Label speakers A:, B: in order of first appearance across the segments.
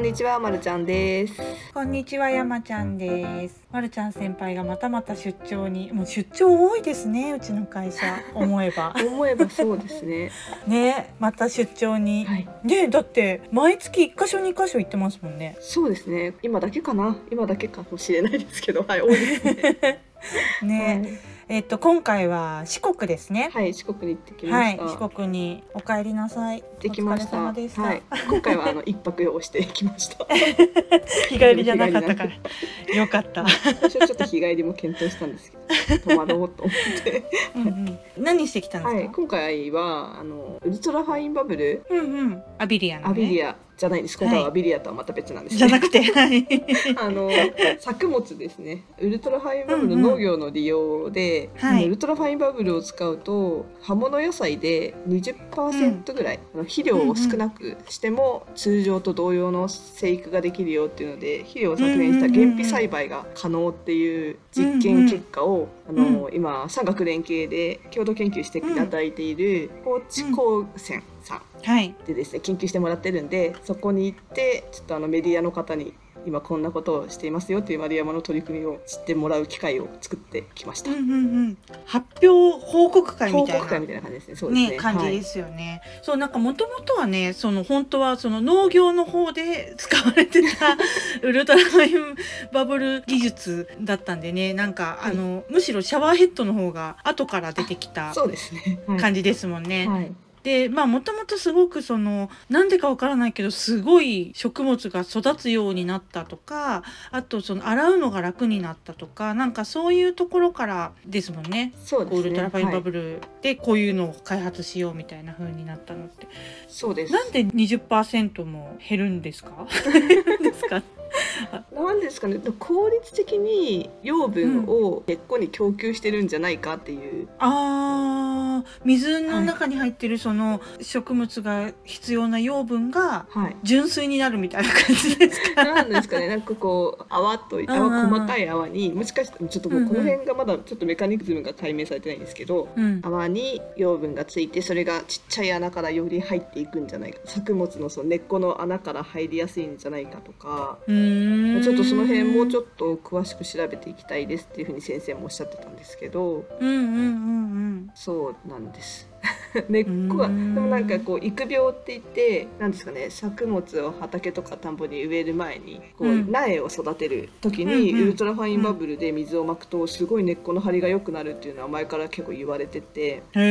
A: んにちは、まるちゃんです。
B: こんにちは、やまちゃんです。まるちゃん先輩がまたまた出張に、もう出張多いですね、うちの会社、思え ば。
A: 思えばそうです ね。
B: ね、また出張に。
A: はい。
B: ね、だって、毎月一箇所二箇所行ってますもんね。
A: そうですね。今だけかな。今だけかもしれないですけど、はい、多いですね。
B: ね、えっと、今回は四国ですね。
A: はい、はい、四国に行ってきま
B: は
A: し
B: い、
A: た。
B: 四国にお帰りなさい。
A: 行ってきまし
B: お疲れ
A: た。
B: 様でした。
A: はい、今回はあ の一泊をしてきました。
B: 日帰りじゃなかったから。よ かった。
A: 最初ちょっと日帰りも検討したんですけど、戸惑おうと思って。
B: うんうん、何してきたんです
A: は
B: か。
A: い、今回はあのウルトラファインバブル、
B: うんうん、アビリアの、ね。
A: アビリアじゃないです。今回はアビリアとはまた別なんです、
B: じゃなく て、はい。
A: あの作物ですねウルトラファインバブルの農業の利用で、
B: うんはい
A: ウルトラファインバブルを使うと葉物野菜で20%ぐらい、あの肥料を少なくしても通常と同様の生育ができるよっていうので肥料を削減した原肥栽培が可能っていう実験結果を、
B: んうん
A: あの今産学連携で共同研究していただいている高知高専さん
B: はい。
A: でですね研究してもらってるんでそこに行ってちょっとあのメディアの方に今こんなことをしていますよっていう丸山の取り組みを知ってもらう機会を作ってきまし
B: う
A: た。
B: んうんうん。発表報告会み
A: 報
B: たい
A: 告
B: な。
A: 会みたいな感じですね。そうです
B: ね
A: ね。
B: 感じですよね。そうなんかもともとはねその本当はその農業の方で使われて たウルトラファインバブル技術だったんでねなんか、
A: はい
B: あのむしろシャワーヘッドの方が後から出てき
A: は
B: た
A: い。そうですね。はい
B: 感じですもんね。
A: はい。
B: でまあもともとすごくそのなんでかわからないけどすごい食物が育つようになったとかあとその洗うのが楽になったとかなんかそういうところからですもんね。
A: そうです
B: こ
A: ね。
B: うウルトラファインバ
A: はい
B: ブルでこういうのを開発しようみたいな風になったのって、
A: そうです。
B: なんで20%も減るんですか減るんですか
A: なんですかね。効率的に養分を根っこに供給してるんじゃないかっていう。
B: あー水の中に入ってるその植物が必要な養分が
A: はい。
B: 純粋になるみたいな感じですか
A: なんですかね、なんかこう泡と泡
B: うんうんうん
A: 細かい泡にもしかしたらちょっともうこの辺がまだちょっとメカニズムが解明されてないんですけど、
B: うん、
A: 泡に養分がついてそれがちっちゃい穴からより入っていくんじゃないか作物のその根っこの穴から入りやすいんじゃないかとか
B: うーん
A: ちょっとその辺もうち
B: ょっ
A: ょっと詳しく調べていきたいですっていうふうに先生もおっしゃってたんですけど
B: とうんうんうん
A: そうなんです 根っこは
B: う
A: で
B: ん
A: もなんかこう育苗って言ってなんですかね作物を畑とか田んぼに植える前にこう、
B: うん
A: 苗を育てる時に、
B: うんうん
A: ウルトラファインバブルで水をまくとすごい根っこの張りが良くなるっていうのは前から結構言われてて。
B: うんへ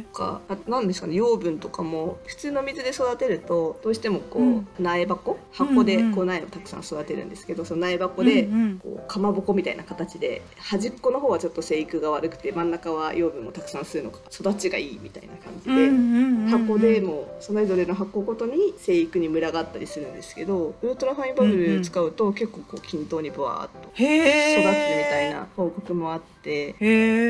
B: え
A: とかあなんですかね養分とかも普通の水で育てるとどうしてもこう、
B: うん
A: 苗箱箱で
B: うんうん
A: こう苗をたくさん育てるんですけどその苗箱で
B: うんうん
A: こうかまぼこみたいな形で端っこの方はちょっと生育が悪くて真ん中は養分をたくさん吸うのか育ちがいいみたいな感じ
B: う
A: で。
B: んうんうんうん
A: 箱でもそれぞれの箱ごとに生育にムラがあったりするんですけどウルトラファインバブル使うと結構こう均等にブワーっと
B: へ
A: 育つ
B: え
A: みたいな報告もあって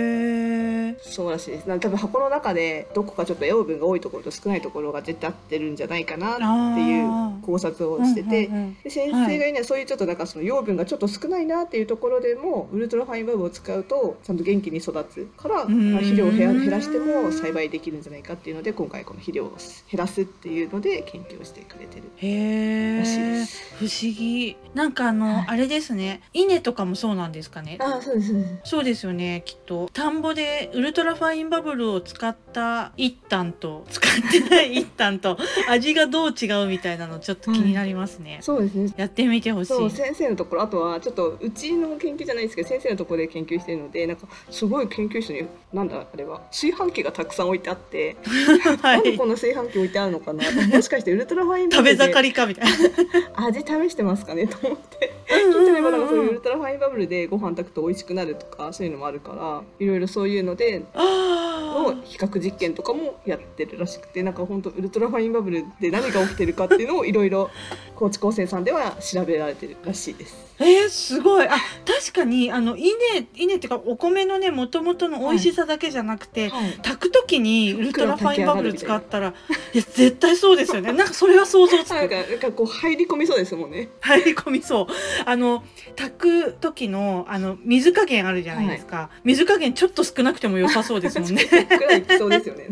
B: へえ
A: そうらしいですなんか多分箱の中でどこかちょっと養分が多いところと少ないところが絶対合ってるんじゃないかなってい
B: あ
A: う
B: ー
A: 考察をしてて、
B: うんうんうん
A: で先生が言うにはそういうちょっとなんかその養分がちょっと少ないなっていうところでもウルトラファインバブを使うとちゃんと元気に育つから
B: ん
A: まあ肥料を減ら減らしても栽培できるんじゃないかっていうので今回この肥料を減らすっていうので研究をしてくれてる
B: へ
A: らしいで
B: え
A: す。
B: 不思議なんかあの、
A: はい
B: あれですね稲とかもそうなんですかね
A: あそうですそうです
B: そうですよねきっと田んぼでウルトラファインバブルを使った一旦と使ってない一旦 と味がどう違うみたいなのちょっと気になりますね、
A: そうですね
B: やってみてほしい
A: そう先生のところあとはちょっとうちの研究じゃないんですけど先生のところで研究してるのでなんかすごい研究室になんだあれは炊飯器がたくさん置いてあって、
B: は
A: なんで
B: い
A: こんな炊飯器置いてあるのかなもしか してウルトラファインバブ
B: 食べ
A: ルで
B: 盛りかみたいな。
A: 味試してますかねと思って
B: うん
A: 例えばなんかそういうウルトラファインバブルでご飯炊くと美味しくなるとかそういうのもあるからいろいろそういうので
B: あ
A: の比較実験とかもやってるらしくてなんか本当ウルトラファインバブルで何が起きてるかっていうのをいろいろ高知高専さんでは調べられてるらしいです。
B: ーえー、すごいあ確かにあの稲稲っていうかお米のねもともとの美味しさだけじゃなくて、
A: はい
B: 炊く時にウルトラファインバブル使があったらいや絶対そうです よねなんかそれは想像つ
A: なん
B: く
A: かなんかこう入り込みそうですもんね。
B: 入り込みそうあの炊く時のあの水加減あるじゃないですか、水加減ちょっと少なくても良さそうですもんね
A: ふっくらいきそうですよね。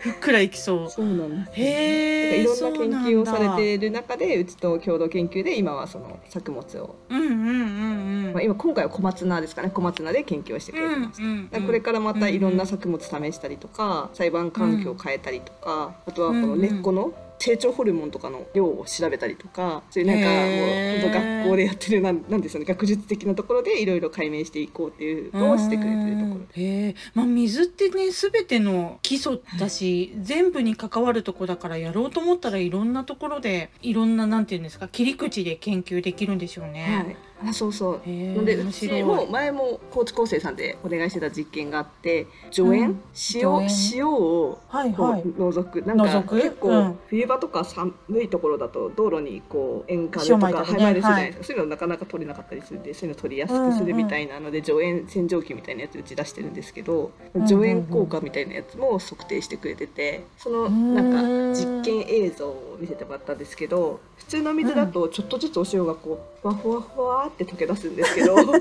B: ふっくらいきそ う
A: そうなんです。
B: へえ
A: いろんな研究をされている中でうちと共同研究で今はその作物を、
B: うんうんうんうん、
A: まあ、今今回は小松菜ですかね小松菜で研究をしてくれてます。
B: うんうん
A: だか
B: う
A: ら
B: ん
A: これからまたいろんな作物試したりとか、栽培環境を変えたりとか、あとはこの根っこの成長ホルモンとかの量を調べたりとかそういうなんか
B: へ
A: も
B: ー
A: う本当学校でやってるなんなんですよね学術的なところでいろいろ解明していこうっていうのをしてくれてるところ。
B: うんへえまあ水ってね全ての基礎だし全部に関わるとこだからやろうと思ったらいろんなところでいろんななんていうんですか切り口で研究できるんでしょう
A: は
B: ね。
A: い、あそうそう
B: へえ
A: のでう
B: 面
A: ち
B: 白い
A: も前も高知高生さんでお願いしてた実験があって助
B: う
A: 塩
B: ん
A: 塩
B: 助塩
A: 塩を
B: はい
A: こう
B: はい。
A: 除くなんか
B: 除く
A: 結
B: う
A: 構
B: ん
A: 冬場とか寒いところだと道路にこう塩化
B: 塩
A: と
B: まい
A: か
B: たりね
A: 灰まいたりするじゃないですかそういうのなかなか取れなかったりするんでそういうの取りやすくするみたいなので除塩洗浄機みたいなやつ打ち出してるんですけど
B: うんうん
A: 除塩効果みたいなやつも測定してくれててその
B: う
A: なん
B: ーん
A: か実験映像を見せてもらったんですけど普通の水だとちょっとずつお塩がこうふわふわふわって溶け出すんですけ どなんか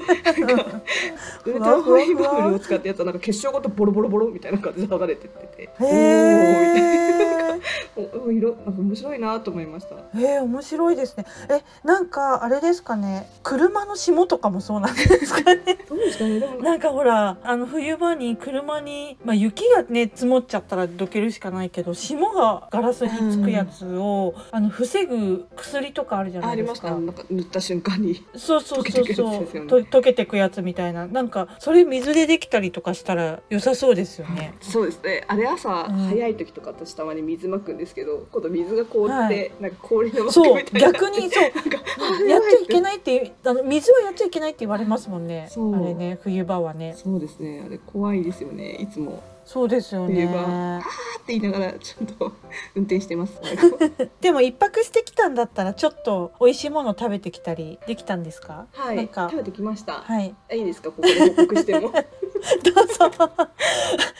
A: ウルトラフライバブルを使ったやつはなんか結晶ごとボロボロボロみたいな感じで剥がれてってて。
B: へ
A: おーみたいな
B: え。
A: おお色なんか面白いなと思いました。
B: へえ面白いですね。えなんかあれですかね車の霜とかもそうなんですかね。
A: どうですかね。でも
B: なんかほらあの冬場に車に、まあ、雪がね積もっちゃったらどけるしかないけど霜がガラスにつくやつを、あの防ぐ薬とかあるじゃ
A: あ
B: な
A: あ
B: い
A: り
B: で
A: ますし
B: か。
A: た。なんか塗った瞬間に。
B: そうそうそう
A: 溶けてくや
B: そ
A: つで
B: う、
A: すよね
B: と溶けてくやつみたいななんかそれ水でできたりとかしたら良さそうですよね。
A: そうですね。あれ朝、
B: うん
A: 早い時とか私たまに水まくんですけど、今度水が凍って、
B: はい
A: なんか氷の膜
B: そう
A: みたいになって
B: 逆にそう
A: なんか
B: やっちゃいけ
A: い。
B: ないってあの水はやっちゃいけないって言われますもんね
A: そう
B: あれね冬場はね
A: そうですね。あれ怖いですよね。いつも
B: そうですよ
A: 冬
B: ね
A: 場あーって言いながらちょっと運転して ます。
B: でも一泊してきたんだったらちょっと美味しいもの食べてきたりできたんですか
A: は
B: なん
A: い。
B: か
A: 食べてきました。
B: はい
A: い、いいですかここで報告して も。
B: どうぞ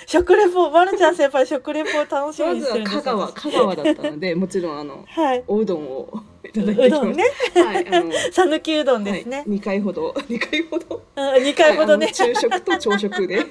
B: 食レポバルちゃん先輩食レポを楽しみ
A: ま
B: に
A: ず
B: して
A: は
B: るんです
A: 香川
B: 私
A: 香川だったので、もちろんあの
B: はい
A: おうどんをいただいて
B: う
A: きま
B: どん
A: し
B: ね
A: た。はい。 あの
B: 讃岐うどんです
A: は
B: ね
A: い、、2回ほど 二回ほど
B: うん、2回ほど
A: は
B: ね
A: いあの中食と朝食 で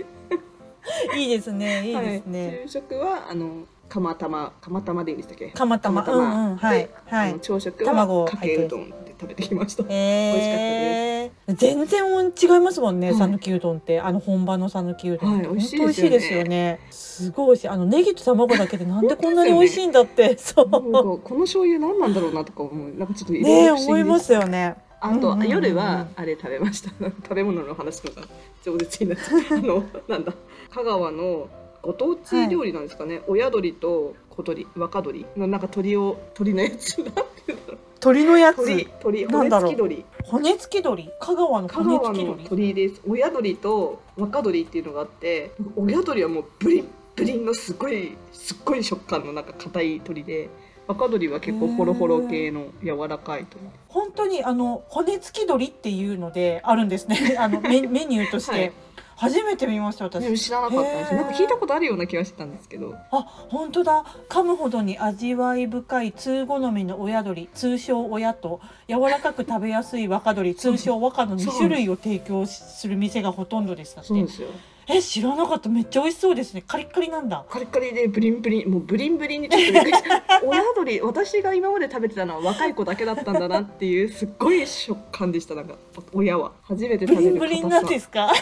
B: いいですねいいです
A: はい
B: ね、
A: 中食はあの釜玉釜玉でいいんでしたっけ、
B: 釜玉
A: 釜玉
B: うんうんはい
A: で
B: は
A: あの
B: い
A: 朝食
B: 卵
A: は
B: を
A: かけうどんで食べてきました
B: えー、全然違いますもんね
A: はい
B: 讃岐、うどんってあの本場の讃岐うどんって、
A: はい美味しい
B: 本当美味しいで
A: ですす
B: よ
A: よ
B: ねすごい美味しいあのネギと卵だけでなんでこんなに美味しいんだって、そ
A: なんか
B: う
A: この醤油何なんだろうなとか思うなんかちょっといろ
B: ね
A: いろ不思議
B: 思いま
A: です
B: すよね
A: あと、
B: うんうんうんうん
A: 夜はあれ食べました食べ物の話とか上手になっちゃ ったあのなんだ香川のご当地料理なんですかね、親鳥と小鳥若鳥のなんか鳥を鳥のやつなんていうんだろう
B: 鳥のやつ
A: 鳥鳥
B: なん
A: 骨
B: だろう
A: 付き鳥
B: 骨付き鳥香川の
A: 香
B: 骨
A: 川
B: 付き
A: の
B: 鳥
A: 鳥です親鳥と若鳥っていうのがあって親鳥はもうブリッブリンのすごいすっごい食感のなんか硬い鳥で若鳥は結構ホロホロ系の柔らかい鳥
B: 本当にあの骨付き鳥っていうのであるんで すねあのメメニューとして、
A: はい
B: 初めて見ました私、
A: でも知らなかったんです
B: へー
A: なんか聞いたことあるような気がしてたんですけど
B: あ本当だ噛むほどに味わい深い通好みの親鳥通称親と柔らかく食べやすい若鳥通称若の2
A: そう
B: 種類を提供しする店がほとんどですだっ
A: そう
B: て
A: ですよ
B: え知らなかっためっちゃ美味しそうですねカリッカリなんだ
A: カリカリでブリンブリンもうブリンブリンにちょっとびっくりした親鳥私が今まで食べてたのは若い子だけだったんだなっていうすっごい食感でしたなんか親は初めて
B: ブ
A: 食
B: リ
A: べ
B: ン
A: る
B: ブリン
A: 硬
B: な
A: さ
B: んですか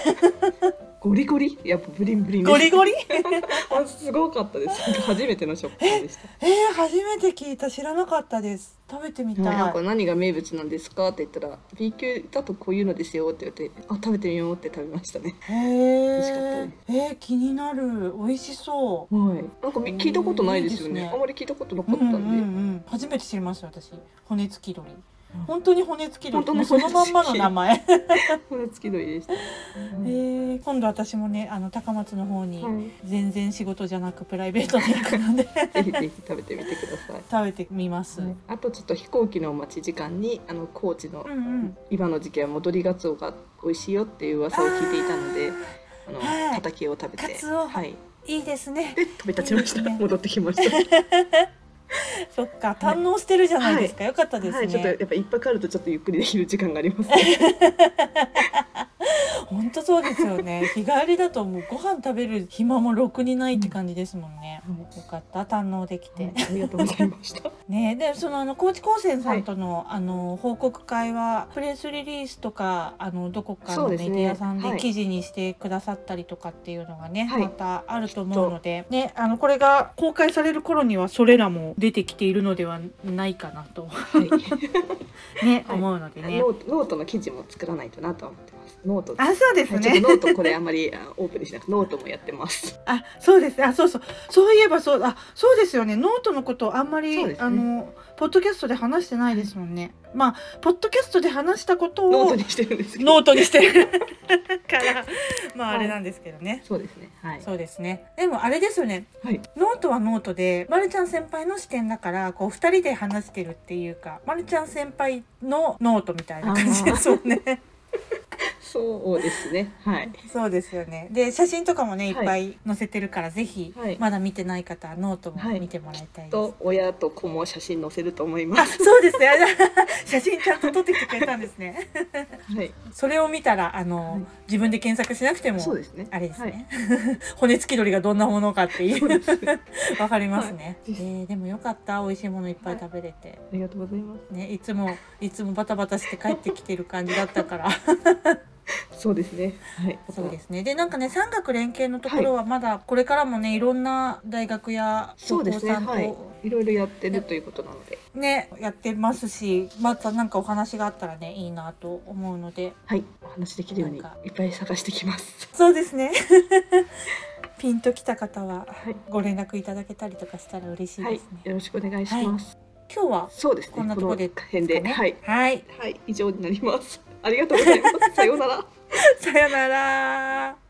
A: ゴリゴリやっぱブリンブリンです
B: ゴリゴリ
A: あすごかったです。なんか初めての食感でした。
B: えー、初めて聞いた知らなかったです食べてみたい、
A: なんか何が名物なんですかって言ったら B 級だとこういうのですよって言ってあ食べてみようって食べましたね。
B: へ
A: 味しかった
B: え
A: で
B: えー、気になる美味しそう
A: はい。なんかみ聞いたことないですよね。
B: いいですね
A: あまり聞いたことなか
B: う
A: った
B: んうんうん
A: で。
B: ん、初めて知りました私骨付き鳥本当に骨付き鳥
A: 本当に
B: もうそのまんまの名前
A: 骨付き鳥でした。
B: えー、今度私もねあの高松の方に
A: は
B: 全然仕事じゃなくプライベートに行くので
A: い。ぜ ひぜひ食べてみてください。
B: 食べてみます、
A: あとちょっと飛行機の待ち時間にあの高知の
B: うんうん
A: 今の時期は戻りがつおが美味しいよっていう噂を聞いていたので、あの
B: はい
A: 叩きを食べ
B: カ
A: て、
B: ツオ
A: はい、
B: いいですね
A: で飛び立ちました
B: いいですね
A: 戻ってきました、
B: そっか堪能してるじゃないですか、よかったですね、
A: はいちょっとやっぱ一泊あるとちょっとゆっくりできる時間があります、
B: 本当そうですよね日帰りだともうご飯食べる暇もろくにないって感じですもんね、よかった堪能できて、
A: ありがとうございま した
B: ねでそのあの高知高専さんとの、あの報告会はプレスリリースとかあのどこか
A: そ
B: の
A: う
B: メ
A: で
B: デ
A: すね
B: ィアさん
A: は
B: で
A: い
B: 記事にしてくださったりとかっていうのがね、
A: はい
B: またあると思うので、ねあのこれが公開される頃にはそれらも出てきているのではないかな
A: は
B: と
A: い
B: ね、
A: はい
B: 思うのでね。
A: ノートノートの記事も作らないとなとは思ってます。ノート。
B: あそうです
A: はいちょっと
B: ね。
A: ノートこれあんまりあオープンにしなくてノートもやってます。
B: あそうですねあそうそうそういえばそうあそうですよねノートのことあんまり、
A: そうですね
B: あのポッドキャストで話してないですもんね。まあポッドキャストで話したことを
A: ノートにしてるんですけど。
B: ノートにしてる からまあ
A: はい
B: あれなんですけどね、
A: そうですね。はい。
B: そうですねでもあれですよね
A: はい。
B: ノートはノートでまるちゃん先輩の視点だからこう2人で話してるっていうかまるちゃん先輩のノートみたいな感じ
A: あ
B: で
A: ー
B: すよね
A: そうですね。はい。
B: そうですよねで写真とかもねいっぱ
A: はい
B: 載せてるから、ぜひ
A: はい
B: まだ見てない方はノートも見てもらいたいです、
A: と親と子も写真載せると思いま
B: あ
A: す。
B: そうですねあじ ゃあ写真ちゃんと撮ってきてくれたんですね
A: はい。
B: それを見たらあの、
A: はい
B: 自分で検索しなくても
A: そうですね。
B: あれですね、 骨付き鳥がどんなものかってい
A: そう
B: う
A: ですね。
B: わかりますね、
A: はい
B: えーでもよかった美味しいものいっぱい食べれて、
A: ありがとうございま
B: ね、いつもいつもバタバタして帰ってきてる感じだったから
A: す。そうですね。はい。
B: そうですねでなんかね産学連携のところはまだこれからもねいろんな大学や
A: そうですね。
B: 高校さんと
A: はい。いろいろやってるということなので。
B: ねやってますしまたなんかお話があったらねいいなと思うので
A: はい。お話できるようにい
B: なんか
A: っぱい探してきます。
B: そうですね ピンときた方は
A: はい。
B: ご連絡いただけたりとかしたら嬉しい
A: は
B: で
A: い
B: すね。、
A: よろしくお願いします。
B: 今日は
A: そうですね。
B: こんなとこで
A: の辺で、
B: ね
A: はい。
B: はい
A: はい、以上になります。ありがとうございます。さようなら。
B: さよなら。